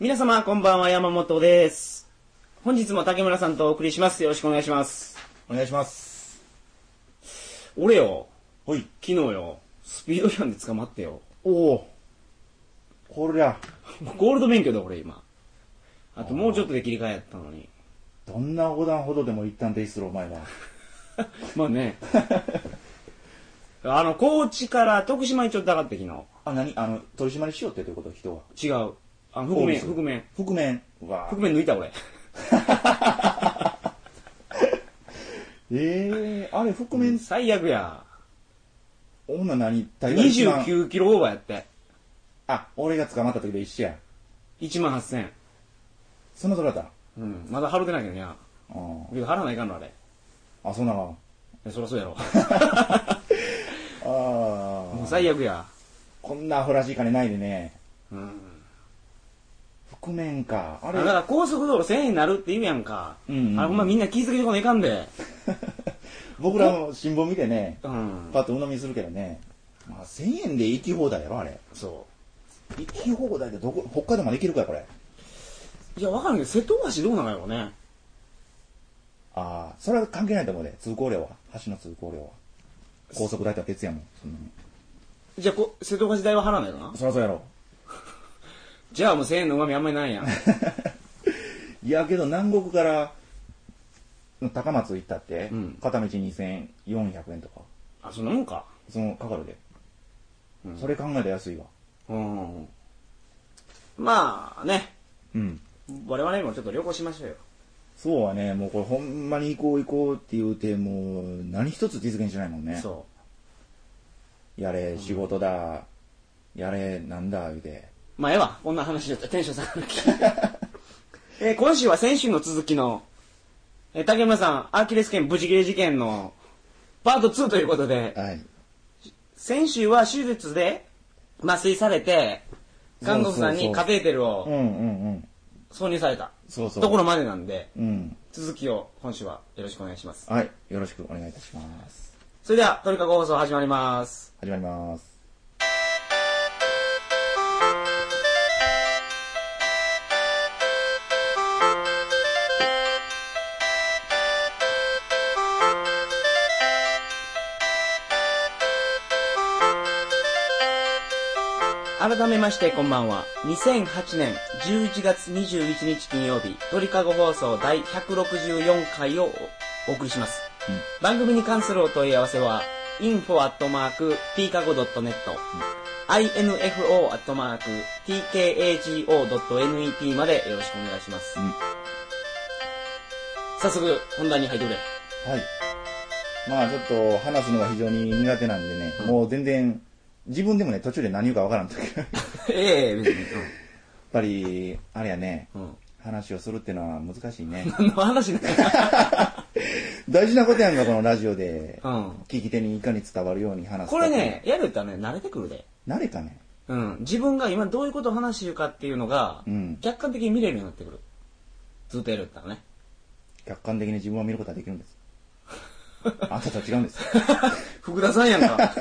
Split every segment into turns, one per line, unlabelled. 皆様、こんばんは、山本です。本日も竹村さんとお送りします。よろしくお願いします。
お願いします。
俺よ、
ほい。
昨日よ、スピード違反で捕まってよ。
おお。こりゃ、
ゴールド免許だ、俺今。あともうちょっとで切り替えやったのに。
どんな横断歩道でも一旦停止するお前は。
まあ ね。あの、高知から徳島にちょっと上がって昨
あ、何あの、取り締まりしようってどういうこと人は。
日。違う。あ、覆面、覆面。。
覆面。うわ
覆面抜いた、俺。
ええー、あれ覆面、
最悪や。
女何大概一番。
29キロオーバーやって。
あ、俺が捕まった時と一緒や。
1万8000。
そんなそれだった
うん。まだ払うてないけどね。
うん
けど払わないかんの、あれ。い
あ、そんなの。
やそりゃそうや ろ。
あ
もう
あ。
最悪や。
こんなアホらしい金ないでね。
うん。
覆面か。あ
あ
れ
だから高速道路1000円になるって言うやんか。
うんうん
あれほんまみんな気づけてこないかんで。
僕らも新聞見てね、
うん。
パッと鵜呑みするけどね。まあ、1000円で行き放題やろ、あれ。
そ
行き放題でどこ、北海道まで行けるか、これ。
う。いや、わかるけど、瀬戸大橋どうなのよね。
ああ、それは関係ないと思うで、通行料は。橋の通行料は。高速代とは別やもん。そんなの
じゃあこ、瀬戸大橋代は払わないかな
そりゃそうやろ。
じゃあもう1000円の旨味あんまりないやん。
いや、けど南国から、高松行ったって、
うん
片道2400円とか、
あ、そんなもんか。
その、かかるで。
うん
それ考えたら安いわ。
うん。まあね、
うん。
我々もちょっと旅行しましょうよ。
そうはね、もうこれほんまに行こう行こうって言うて、もう何一つ実現しないもんね。
そ
やれ、仕事だ、やれ、なんだ、言うて。
う。まあええわ、こんな話だったらテンション下がるけどえー今週は先週の続きの、えー竹村さん、アキレス腱ブチ切れ事件のパート2ということで、
はい。
先週は手術で麻酔されて、看護婦さん
そうそうそ
に
う
カテーテル
う
を
んうんうん。
挿入された
そうそう。
ところまでなんで、
うん。
続きを今週はよろしくお願いします。
はい。よろしくお願いいたします。
それでは、トリカゴ放送始まります。
始まります。
改めましてこんばんは。2008年11月21日金曜日、トリカゴ放送第164回をお送りします。
うん
番組に関するお問い合わせは、info.tkago.net、info.tkago.net までよろしくお願いします。
うん
早速、本題に入ってくれ。
はい。まあちょっと話すのが非常に苦手なんでね、もう全然、自分でもね、途中で何言うかわからんとき やっ
ええ別に。
ぱり、あれやね、
うん。うん。
話をするってのは難しいね。
何の話だか。
大事なことやんか、このラジオで。
うん。
聞き手にいかに伝わるように話す
これね、。やるったらね、慣れてくるで。
慣れかね。
うん、自分が今どういうことを話してるかっていうのが、
うん
客観的に見れるようになってくる。ずっとやるったらね。
客観的に自分を見ることはできるん です。あんたとは違うんです。
福田さんやんか。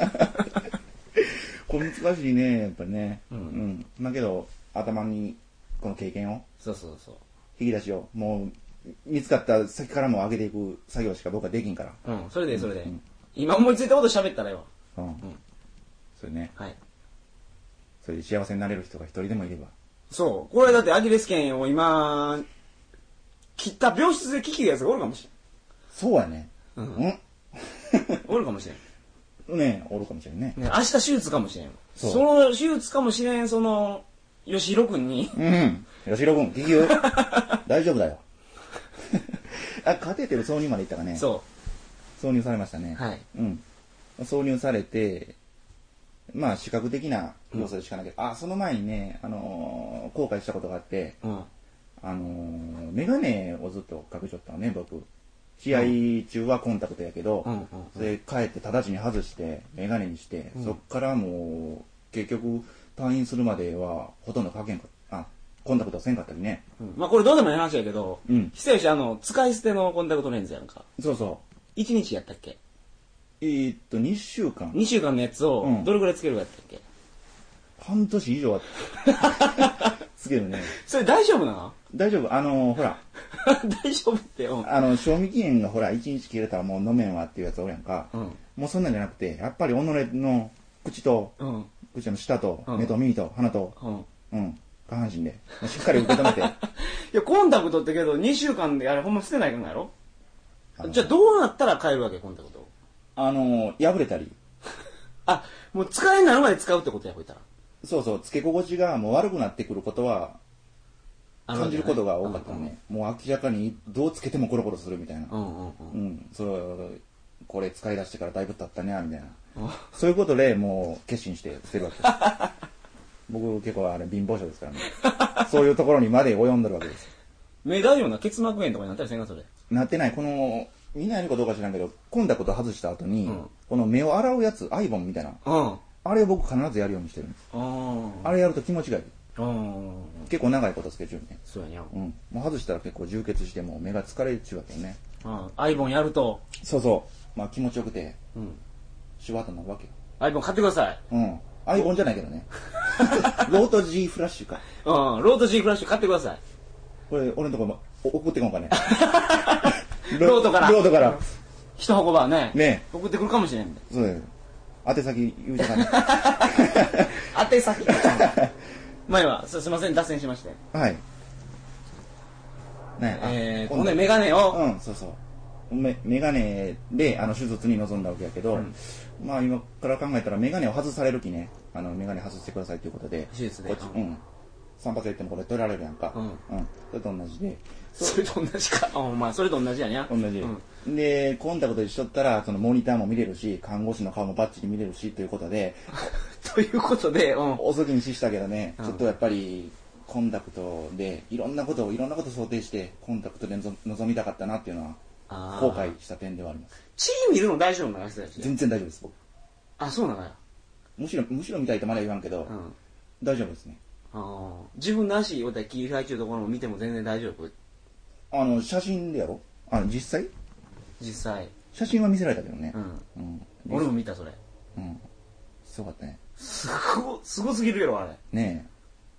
これ難しいね、やっぱりね。
うん
うん。まあけど、頭にこの経験を
そうそうそう。
引き出しをもう見つかった先からも上げていく作業しか僕はできんから、
うん、それでそれで。今思いついたこと喋ったらよ。
うん
ん
それね
はい。
それで幸せになれる人が一人でもいれば
そう。これだってアキレス腱を今、切った病室で聞きやつがおるかもし
そうやね
う
うんん、
れん。おるかもしれん。
ねおるかもしれんね
ね、明日手術かもしれんよ。
そ
そうの手術かもしれん、その、吉弘くんに、
うん吉郎君聞 くよ大丈夫だよ あカテーテル挿入までいったかね
そ
挿入されましたね
はい
うん挿入されてまあ視覚的な要素でしかないけど、あその前にねあのー後悔したことがあって
う。うん。
あのー、メガネをずっとかけちゃったのね、僕。試合中はコンタクトやけど、
うんうん
それ帰って直ちに外して、メガネにして、
うん
そっからもう、結局、退院するまでは、ほとんどかけんかあ、コンタクトせんかったりね。
うんまあこれどうでもいい話やけど、
うん
久吉あの、使い捨てのコンタクトレンズやんか。
そうそ
1日やったっけ
う。えーっと、2週間、
2週間のやつを
うん
どれぐらいつけるかやったっけ、
半年以上は、すけどね。
それ大丈夫なの
大丈夫あのーほら、
大丈夫ってよ。
あの、賞味期限がほら、1日切れたらもう飲めんわっていうやつおるやんか。
うん。
もうそんなんじゃなくて、やっぱり己の口と、
うん。
口の舌と、
うん
目と耳と、鼻と、
うん。い
うん、下半身で、しっかり受け止 めて。
や、コンタクトってけど、2週間であれほんま捨てないかんやろ
あの
じゃあどうなったら買えるわけ、コンタクト。
あのー破れたり、
あ、もう使えになるまで使うってことや、こいたら。
そうそう、付け心地がもう悪くなってくることは、
あわ
感
け
じ
や
る
ね
ことが多かったね。もう明らかに、どうつけてもコロコロするみたいな。
うんうんうん。
うん、そう、これ使い出してからだいぶ経ったね、みたいな。
うん
そういうことで、もう決心して捨てるわけです。 僕結構あれ貧乏症ですからね。そういうところにまで及んでるわけです。
目大丈夫な結膜炎とかになったりせんか、それ。
なってない、この、みんないるかどうか知らんけど、コンタクト外した後に、
うん
この目を洗うやつ、アイボンみたいな、
うん。
あれを僕必ずやるようにしてるんです。
うん。
あれやると気持ちがいい。
うん。
結構長いことつけちゅうね。
そうやにゃ。う。
うんん。もう外したら結構充血して、もう目が疲れちゅうわけよね。
アイボンやると。
そうそう。まあ気持ちよくて、
うん。
シュワッとなるわけよ。
アイボン買ってください。
うん。アイボンじゃないけ どね。ロート G フラッシュか。
うん。ロード G フラッシュ買ってください。
これ、俺のとこもお送ってこんかね。
ロートから
ロートから。
一箱ばね。
ね
送ってくるかもしれんで。
そうだよ。宛先言うじゃかね。
宛先。前は、すすいません、脱線しまして。
はい。ねあ
えー、
今
こ
度
のね、メガネを、
うん、そうそう。めメガネであの手術に臨んだわけやけど、まあ今から考えたらメガネを外されるきね、あのメガネ外してくださいということで、
手術で
こっち、うん。散髪行ってもこれ取られるやんか。
うん
うん。それと同じで。
それと同じか。あお前、それと同じやにゃ。
同じ、でコンタクトでしとったらそのモニターも見れるし看護師の顔もバッチリ見れるしということで
ということで、うん。
遅きに死したけどね、
うん
ちょっとやっぱりコンタクトでいろんなことをいろんなことを想定してコンタクトでのぞ望みたかったなっていうのは
あー
後悔した点ではあります
チー見るの大丈夫なの人たちで。
全然大丈夫です僕
あ、そうなのよ。
むしろむしろ見たいとまだ言わんけど、
うん。
大丈夫ですね
あー自分の足を切り開いてるところを見ても全然大丈夫
あの写真でやろあの実際
実際。
写真は見せられたけどね
うん。
うん、うん、
俺も見た、それ。
すごかったね
すご、すごすぎるやろ、あれ。
ねえ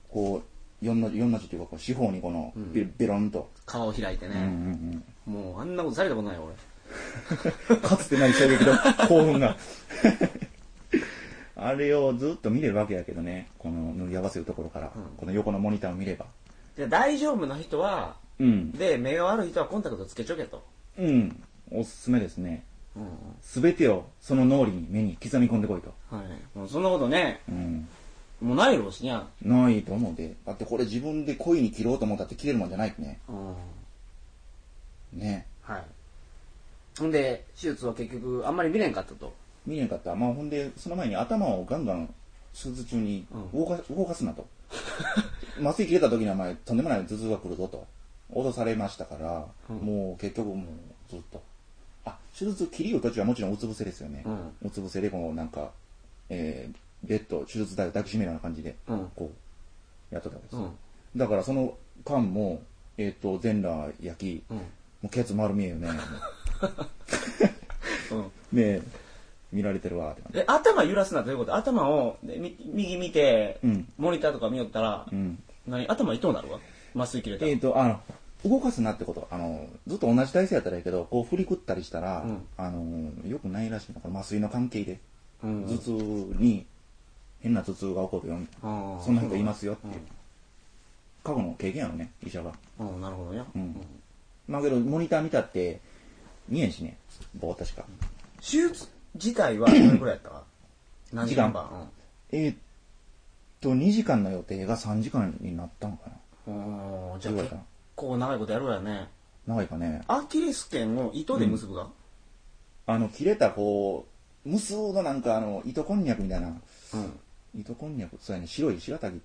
こう4の字4の字っていうかこう四方にこの
ん
ベ,、ベロンと
顔を開いて
うん
ね。もう、あんなことされたことないよ、俺。
うんうん、かつてない衝撃の興奮が あれをずっと見れるわけやけどねこの塗り合わせるところから、
うん
この横のモニターを見れば
じゃあ大丈夫な人は、
うん
で、目が悪い人はコンタクトつけちょけと。
うんおすすめですね
うん。
全てをその脳裏に目に刻み込んでこいと、
はい。もうそんなことね、
うん、
もうないろうしにゃ。
ないと思うでだってこれ自分で故意に切ろうと思ったって切れるもんじゃないね
うん。
ね
はい。ほんで、手術は結局、あんまり見れんかったと。
見れんかったまあほんでその前に頭をガンガン手術中に動か,、動かすなと 麻酔切れた時にはお前とんでもない頭痛が来るぞと脅されましたから、
うん
もう結局もうずっとあ手術切りよう途中はもちろんうつ伏せですよね、
うん
うつ伏せでこうなんか、えー、ベッド手術台を抱きしめるような感じで
うん
こうやってたわけです、
うん。
だからその間もえっ、と全裸焼き、
うん
もうケツ丸見え よねも
うん。
うねえ見られてるわって感じ
え、頭揺らすなということ頭を、でみ右見て、
うん
モニターとか見よったら、
うん
何頭痛うなるわ。麻酔切れたら。
えっ、と、あの、動かすなってこと。あの、ずっと同じ体勢やったらいいけど、こう振りくったりしたら、
うん
あの、よくないらしいな。この麻酔の関係で、
うん
頭痛に、変な頭痛が起こるよ、みたいな。
あー
そんな人いますよっていう。過去の経験やろね、医者が。
うん、なるほどね。
うん。まあけど、モニター見たって、見えんしね。ぼーっとしか。
手術自体はどれくらいやったか何時間
時
か。
えーっと、2時間の予定が3時間になったのかな。
うん。おーじゃあ
どうやっ
結
たの
構長いことやるわよね。
長いかね。
アキレス腱を糸で結ぶが、
あの、切れた、こう、無数のなんか、あの、糸こんにゃくみたいな。
うん、
糸こんにゃくそうやね白い白滝、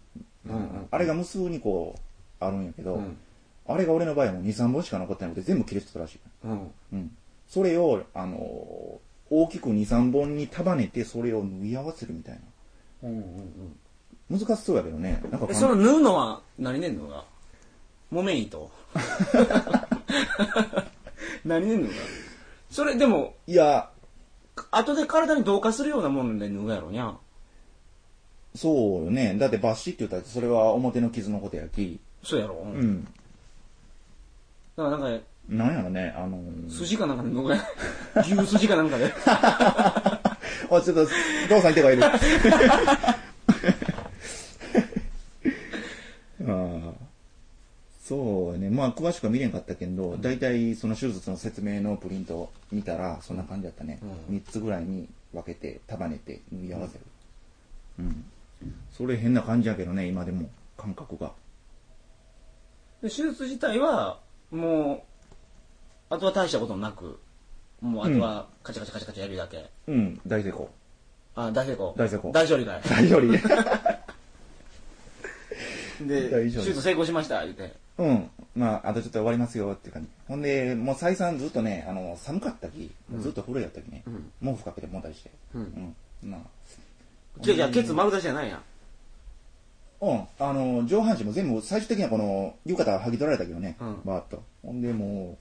うんうん
あれが無数にこうあるんやけど、
うん
あれが俺の場合はもう23本しか残ってなくて全部切れてたらしい、
うん。
うん、それを、あのー大きく23本に束ねてそれを縫い合わせるみたい
うんうんうん。
な難しそうやけどねなんか
え、
かん
その縫うのは何ねんのが木綿糸。何ねんのがそれでも、
いや
後で体に同化するようなもんで縫うやろにゃ。
そうよね。だって抜歯って言ったら、それは表の傷のことやき。
そうやろ、う、
うん
だ
ん。
からなんか、
なんやろね、あのー
筋かなんかで逃れ、牛筋かなんかで。
あ、ちょっと、ゾウさん手がいる。 ああ。そうね。まあ、詳しくは見れんかったけど、大体、その手術の説明のプリントを見たら、そんな感じだったね。
う
三3つぐらいに分けて、束ねて、縫い合わせる。うん。それ変な感じやけどね、今でも、感覚が。
で手術自体は、もう、あとは大したこともなく、もうあとはカチャカチャカチャカチャやるだけ。
うん、大成功。
あ、大成功。
大成功
大勝利かい。
大勝利。
で、
大
手
丈夫
術成功しました、言って。
うん。まあ、あとちょっと終わりますよっていう感じ。ほんで、もう再三ずっとね、あの、寒かったき、ずっと古いやったきね、
うん
毛布かけてもたりして。
う
うん。まあ、
じゃあ、じゃあケツ丸出しじゃないやん。
うん。あの、上半身も全部、最終的にはこの、浴衣は剥ぎ取られたけどね、
うん
バーッと。ほんで、もう、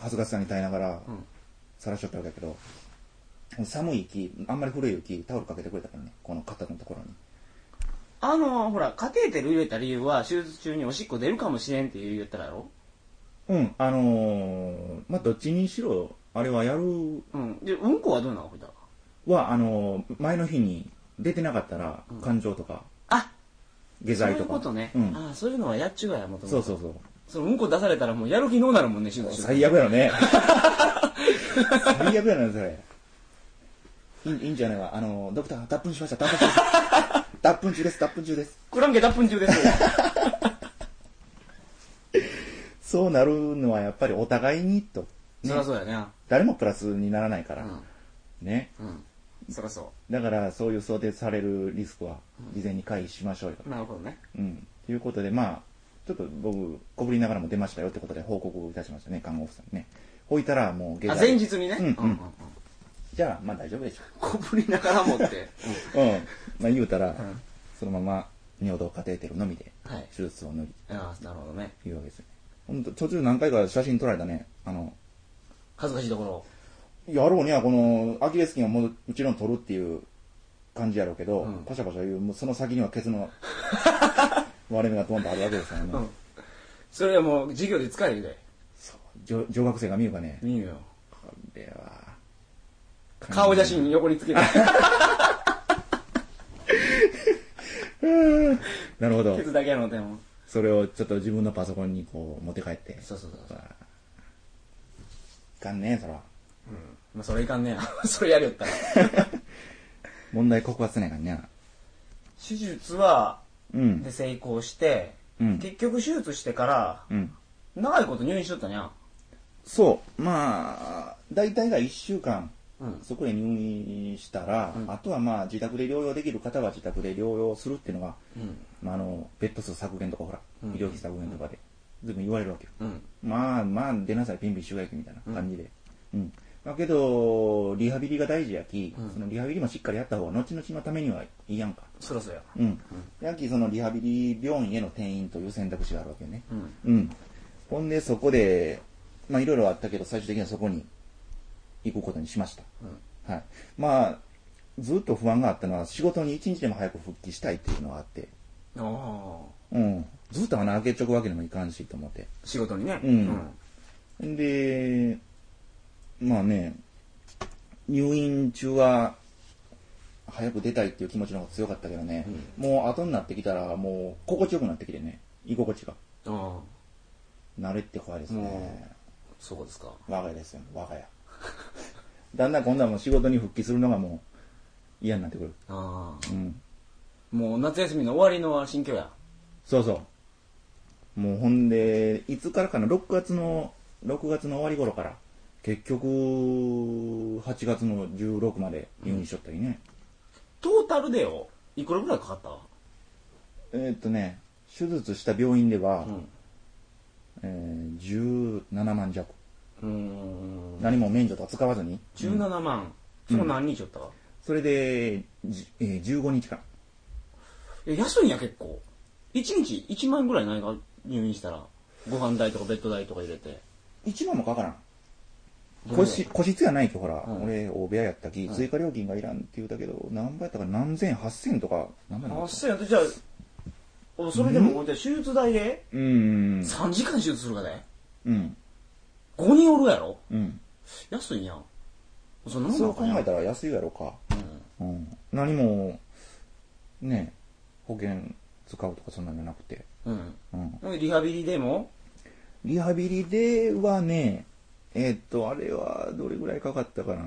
恥ずかしさに耐えながら
う、ん。
さらしちゃったわけだけど、寒いき、あんまり古いき、タオルかけてくれたからね、この肩のところに。
あの、ほら、カテーテル入れた理由は、手術中におしっこ出るかもしれんっていう言ったらやろ
うん。あのーまあ、どっちにしろ、あれはやる
うん。で、うんこはどうなのほいだら
は、あの、前の日に出てなかったら、感情とか、
あ
下
そう
剤
い
と
う
か。
ことね。
うん。
あそういうのはやっちゅうがや、もともと。
そうそうそう。
そのうんこ出されたらもうやる気のうなるもんね、手術中
最悪やろね。最悪やな、それ。いいいいんじゃないわ。あの、ドクター、脱粉しました、脱粉しました。脱粉中です、脱粉中です。
クランケ脱粉中です。
そうなるのはやっぱりお互いにと。ね
そりゃそうやね。
誰もプラスにならないから。
う
ね。
ん。うん。そりゃそ
だから、そういう想定されるリスクは、事前に回避しましょうよ。
う。なるほどね。
うん。ということで、まあ、ちょっと僕、こぶりながらも出ましたよってことで報告をいたしましたね、看護婦さんにね。ほいたら、もう下
あ、
剤
前日にね。
うんうん
ん。
じゃあ、まあ大丈夫でしょ
こぶりながら持って。
う。うん。まあ言うたら、
ん
そのまま尿道カテーテルのみで、
はい
手術を塗り、
ああ、なるほどね。
というわけですよね。ほんと、途中何回か写真撮られたね。あの、
恥ずかしいところ。
やろうにはこの、アキレス腱をもうもちろん取るっていう感じやろうけど、
うん
パシャパシャ言う、もうその先にはケツ の割れ目がドンとあるわけですからね。
うん。それはもう、授業で使えるで。
女女学生が見るかね。
見るよ。
これは。
顔写真横につけて、
なるほど
ケ。ツだけやのでも。
それをちょっと自分のパソコンにこう持って帰って。
そうそうそう。
わあいかんねえ、そら。
まあ、それいかんねえそれやりよったら。
問題告発せないからね。
手術は、
うん
で。成功して、
うん
結局手術してから、
うん。
長いこと入院しとったにゃん。
そう。まあ、大体が1週間、
うん。
そこで入院したら、あとはまあ、自宅で療養できる方は自宅で療養するっていうのが、
うん。
まあ、あの、ベッド数削減とかほら、
うん
医療費削減とかで、ずいぶん言われるわけよ。
うん。
まあまあ出なさいピンピンしがやきみたいな感じで、うんまあ、けどリハビリが大事やき、
うん
そのリハビリもしっかりやった方が後々のためにはいいやんか
そらそうや。
うん、やきそのリハビリ病院への転院という選択肢があるわけよね
うん。
うんほんでそこでまあいろいろあったけど最終的にはそこに行くことにしました、
うん。
はい、まあずっと不安があったのは仕事に一日でも早く復帰したいっていうのがあって、
あ
うん、ずっと穴開けちょくわけにもいかんしと思って
あ。仕事にね。
うんで、まあね、入院中は、早く出たいっていう気持ちの方が強かったけどね、もう後になってきたら、もう心地よくなってきてね、居心地が。
うん。ああ。
慣れって怖いですね。
そうですか。
我が家ですよ、我が家。 だんだん今度はもう仕事に復帰するのがもう嫌になってくる。
ああ。
うん。
もう夏休みの終わりの心境や。
そうそう。もうほんで、いつからかな、6月の、6月の終わり頃から、結局、8月の16まで入院しとったりね。
トータルでよ、いくらぐらいかかった
えーっとね、手術した病院では、
うん。
えー17万弱。
うーん。
何も免除とか使わずに。
17万。そこ何人ちょった、
それで、じえー15日間。
え、安いんや、結構。1日1万円ぐらいないか入院したら。ご飯代とかベッド代とか入れて。
1万もかからん。個室、個室やないけどほら、
うん
俺、大部屋やったき、追加料金がいらんって言うたけど、何倍やったか何千、八千とか、何倍な
あ
の
っせやじゃあおそれでも、じゃあ手術代で
うん。
3時間手術するかね
うん。
5人おるやろ
うん。
安いやんそんなもん
そ
な
うん考
かな
えたら安いやろか。
うん
うん。何も、ね、保険使うとかそんなんじゃなくて。
うん
うん。
リハビリでも
リハビリではね、えーっと、あれはどれぐらいかかったかな。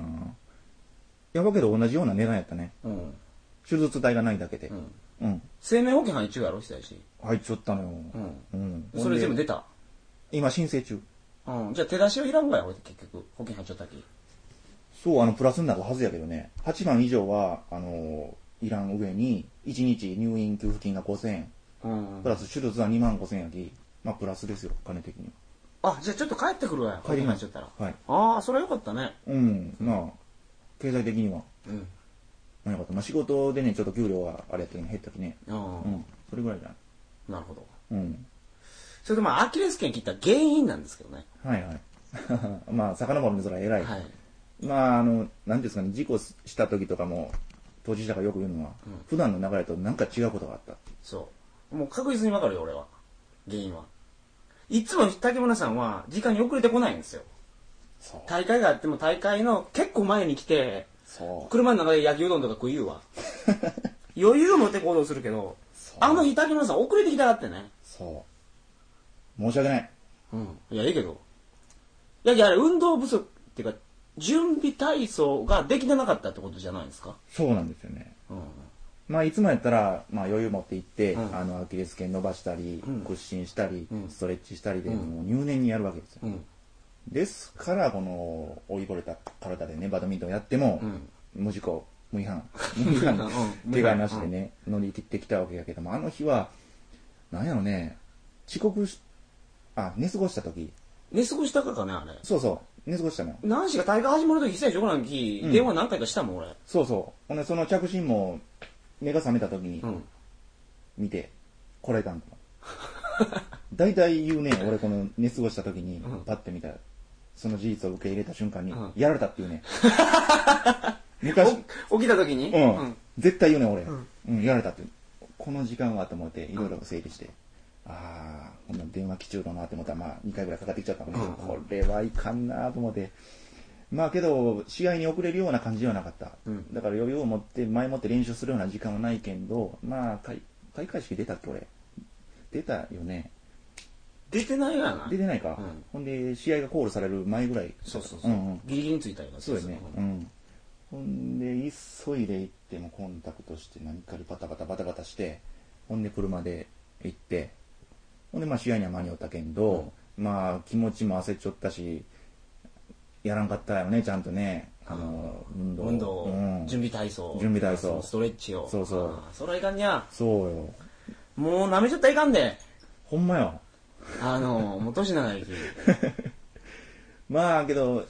やばけど同じような値段やったね。
うん、
手術代がないだけで
う。ん、
うん。
生命保険入っちゅうやろ久石
入っちゃったのよ。
うん
うん。
それ全部出
ほんで
た
今申請中。
うんじゃあ手出しはいらんわよ結局保険入っちゃったき
そう、あの、プラスになるはずやけどね。8万以上は、あの、いらん上に、1日入院給付金が5000円。
うん
プラス手術は2万5000円やき。まあ、プラスですよ、金的に
あじゃあちょっと帰ってくるわよ保
は。帰
険
り
入
ま
っち
す
ゃったら
はい。
ああそれよかったね
うん、まあ、経済的には、
うん
まあよかった。まあ、仕事でね、ちょっと給料はあれやったけど、減ったきね。
あ
う
あ
ん、それぐらいじゃない。
なるほど
うん。
それでまあアキレス腱切った原因なんですけどね
はい はい。まあ、遡るのそら偉い。
はい
まあ、あの、なんていうんですかね、事故した時とかも、当事者がよく言うのは、普段の流れとなんか違うことがあったって。
そうもう確実にわかるよ俺は原因はいつも竹村さんは時間に遅れてこないんですよ
そう。
大会があっても大会の結構前に来て
そう。
車の中で焼きうどんとか食い 言うわ余裕を持って行動するけど
そう
あの日竹村さん遅れてきたがってね
そう。申し訳ない。
うんいやいいけどいやいやあれ運動不足っていうか準備体操ができてなかったってことじゃないですか
そうなんですよね。
うん
まあ、いつもやったら、まあ、余裕持って行って、
うん
あの、アキレス腱伸ばしたり、
うん
屈伸したり、
うん
ストレッチしたりで、
うん
もう入念にやるわけですよ。
うん
ですから、この、老いぼれた体でね、バドミントンやっても、
うん
無事故、無 違反、無違反
うん、
怪我なしでね、乗り切ってきたわけやけども、あの日は、なんやろね、遅刻し、あ、寝過ごした時、
寝過ごしたかかねあれ
そうそう、寝過ごしたの。
ナンシーが大会始まるとき、久石おらんき、
うん
電話何回かしたもん、俺。
そうそう。ほんで、その着信も、目が覚めた時に、
うん。
見て、こらえたんか。大 体言うね、俺この寝過ごした時に
うん、
パッて見た、その事実を受け入れた瞬間に
うん、
やられたって言 うね。昔、
お起きたときに
うん、
うん
絶対言うね、俺。うんん、やられたって。この時間はと思って、いろいろ整理して。ああ、こんな電話来ちゅうだなって思ったら、まあ、2回ぐらいかかってきちゃったから、ね
うん
これはいかんなと思って。まあけど、試合に遅れるような感じではなかった。
うん
だから余裕を持って、前もって練習するような時間はないけんど、まあ、開開会式出たっけ、俺。出たよね。
出てないやな。
出てないか。
うん
ほんで、試合がコールされる前ぐらい。
そうそうそう。
んん
ギリギリについたよな。
そうですね。うん。ほんで、急いで行って、もうコンタクトして、何かでバタバタバタバタして、ほんで車で行って、ほんで、まあ試合には間に合ったけんど、まあ気持ちも焦っちゃったし、やらんかったよね、ちゃんとね。あの、運動。
運動、
うん。
準備体操。
準備体操
そのストレッチを。
そうそう
あーそれはいかんにゃ。
そうよ。
もう舐めちゃったらいかんで。
ほんまよ。
あのー、もう年長いき。
まあけど、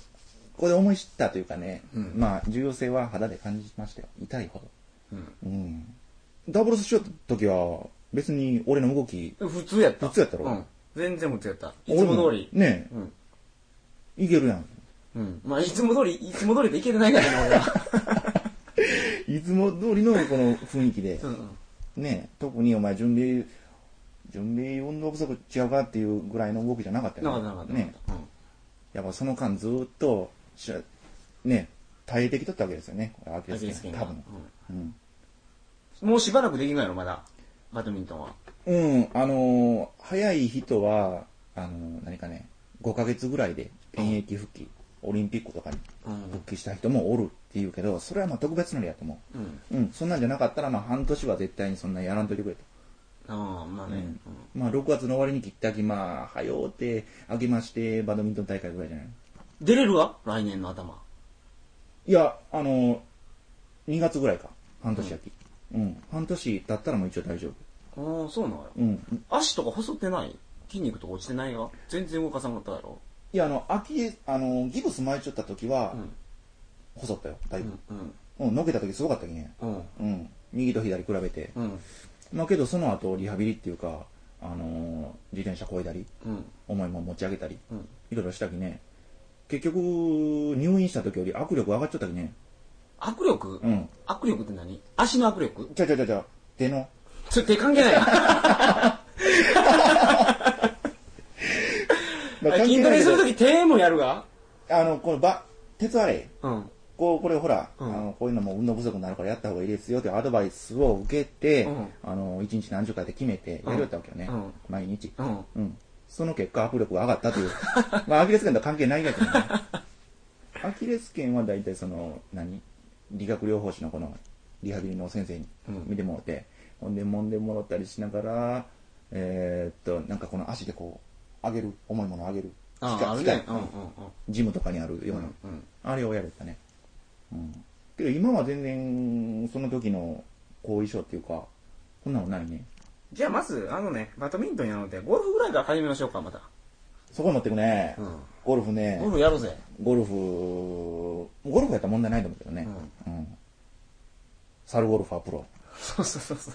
ここで思い知ったというかね、
うん
まあ重要性は肌で感じましたよ。痛いほど。
うん
うん。ダブルスしよった時は、別に俺の動き、
普通やった。
普通やったろ
うん。全然普通やった。いつも通り。
俺もね
うん。
え、いけるやん。
うん。まあ、いつも通り、いつも通りでいけてないからね、俺 は。
いつも通りのこの雰囲気で
う、ん。
ね、特にお前準備、準備運動不足違うかっていうぐらいの動きじゃなかった
なか
よ
っ
ね。
たなかった。
ね。やっぱその間ずーっとしゃ、ね、耐えてきとったわけですよね。アキ
うん。アキ
レス
レス腱
腱
が
多分。うん。
うんもうしばらくできないの、まだ。バドミントンは。
うん、あのー早い人は、あのー何かね、5ヶ月ぐらいで現役復帰、オリンピックとかに
うん
復帰した人もおるっていうけど、それはまあ特別な例やと思
うん。
う。うん、そんなんじゃなかったら、まあ半年は絶対にそんなやらんといてくれと。
ああ、まあね。うん
まあ、6月の終わりに切ったき、まあ、はようって、あけまして、バドミントン大会ぐらいじゃないの
出れるわ来年の頭。
いや、あの、2月ぐらいか。半年やき。うん。半年経ったらもう一応大丈夫。
ああ、そうなのよ。
うん。
足とか細ってない筋肉とか落ちてないよ。全然動かさなかったやろ。
いや、あの、秋、あの、ギブス巻いちゃった時は、
うん
細ったよ、だいうぶ
ん。。うん。
うん、のけた時すごかったきね。
うん。
うん。右と左比べて。
うん。
まあ、けどその後、リハビリっていうか、あのー自転車こいだり、
うん。
重いもん持ち上げたり、
うん。
いろいろしたきね、結局、入院した時より握力上がっちゃったきね。
握力、
うん。
握力って何足の握力
ちゃうちゃうちゃうちゃう。手の。
それ手関係ないや
まあ
ん 筋トレすると
関係ない
き手もやるが
けどあの、このば、鉄あれ。
うん。
こう、これほら、
うん
あの、こういうのも運動不足になるからやった方がいいですよっていうアドバイスを受けて、
うん
あの、一日何十回って決めてやるよったわけよね。
うん
毎日。
うん。
うん。その結果、握力が上がった という。まあ、アキレス腱とは関係ないんだけどね。アキレス腱は大体その、何理学療法士のこの、リハビリの先生に
うん
見てもらって、ほんで、揉んでもらったりしながら、えーっと、なんかこの足でこう、上げる、重いものを上げる。
あ
機械
あ、ある
機械
ね。うんうん
ジムとかにあるよう
う
な、
ん。うん。
あれをやれたね。うん。けど今は全然、その時の後遺症っていうか、そんなのないね。
じゃあまず、あのね、バドミントンやろうで、ゴルフぐらいから始めましょうか、また。
そこに持ってくね。
うん
ゴルフね。
ゴルフやろうぜ。
ゴルフ、ゴルフやったら問題ないと思うけどね。うん。サルゴルファープロ。
そうそうそうそ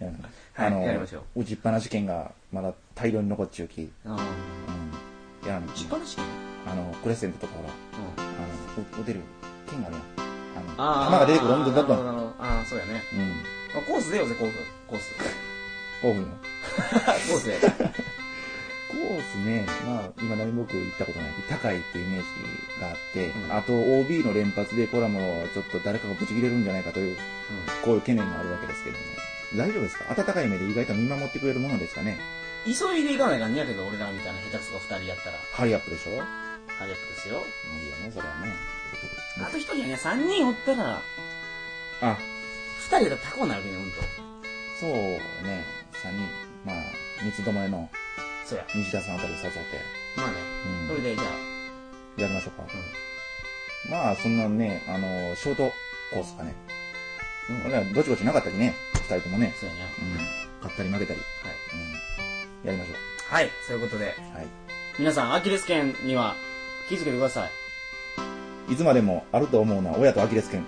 う。
うん
はいやりましょ
打ちっぱなし券がまだ大量に残っちゅうき。
うん。
うん。やらん
ち
ち
っ。ぱなしね
あの、クレッセントとかほら、
うん。
あの、う打てる券があるやん。
あ
あ
あ。
の、球が出てくる、どんどんどんどん。
ああああ、そうやね。
うん。
あコース出ようぜ、コース。コース。
オフの。
コースで。
コースね、まあ、今何も僕行ったことない。高いっていうイメージがあって、
うん
あと OB の連発でコラムをちょっと誰かがブチ切れるんじゃないかというこういう懸念があるわけですけどね。大丈夫ですか温かい目で意外と見守ってくれるものですかね。
うん急いでいかないかんやけど、俺らみたいな下手くそが二人やったら、
ハリアップでしょいいよ
早くですよ。
ね、それはね。
あと一人やね、三人おったら、
あ、
二人だったらタコになるね、うんと。
そうね、3人。まあ、三つどもえの
そうや。
西田さんあたりを誘って、
まあね。
うん
それで、じゃあ、
やりましょうか。
うん。
まあ、そんなね、あの、ショートコースかね。
うん
俺ら、ぼちぼちなかったりね、二人ともね。
そうやね。
うん。勝ったり負けたり。
はい。
うん。やりましょ
はい、そういうことで、
う。はい。
皆さん、アキレス腱には気づけてください。
いつまでもあると思うのは親とアキレス腱。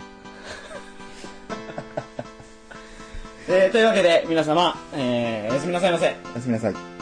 えー、というわけで、皆様、えー、おやすみなさいませ。
おやすみなさい。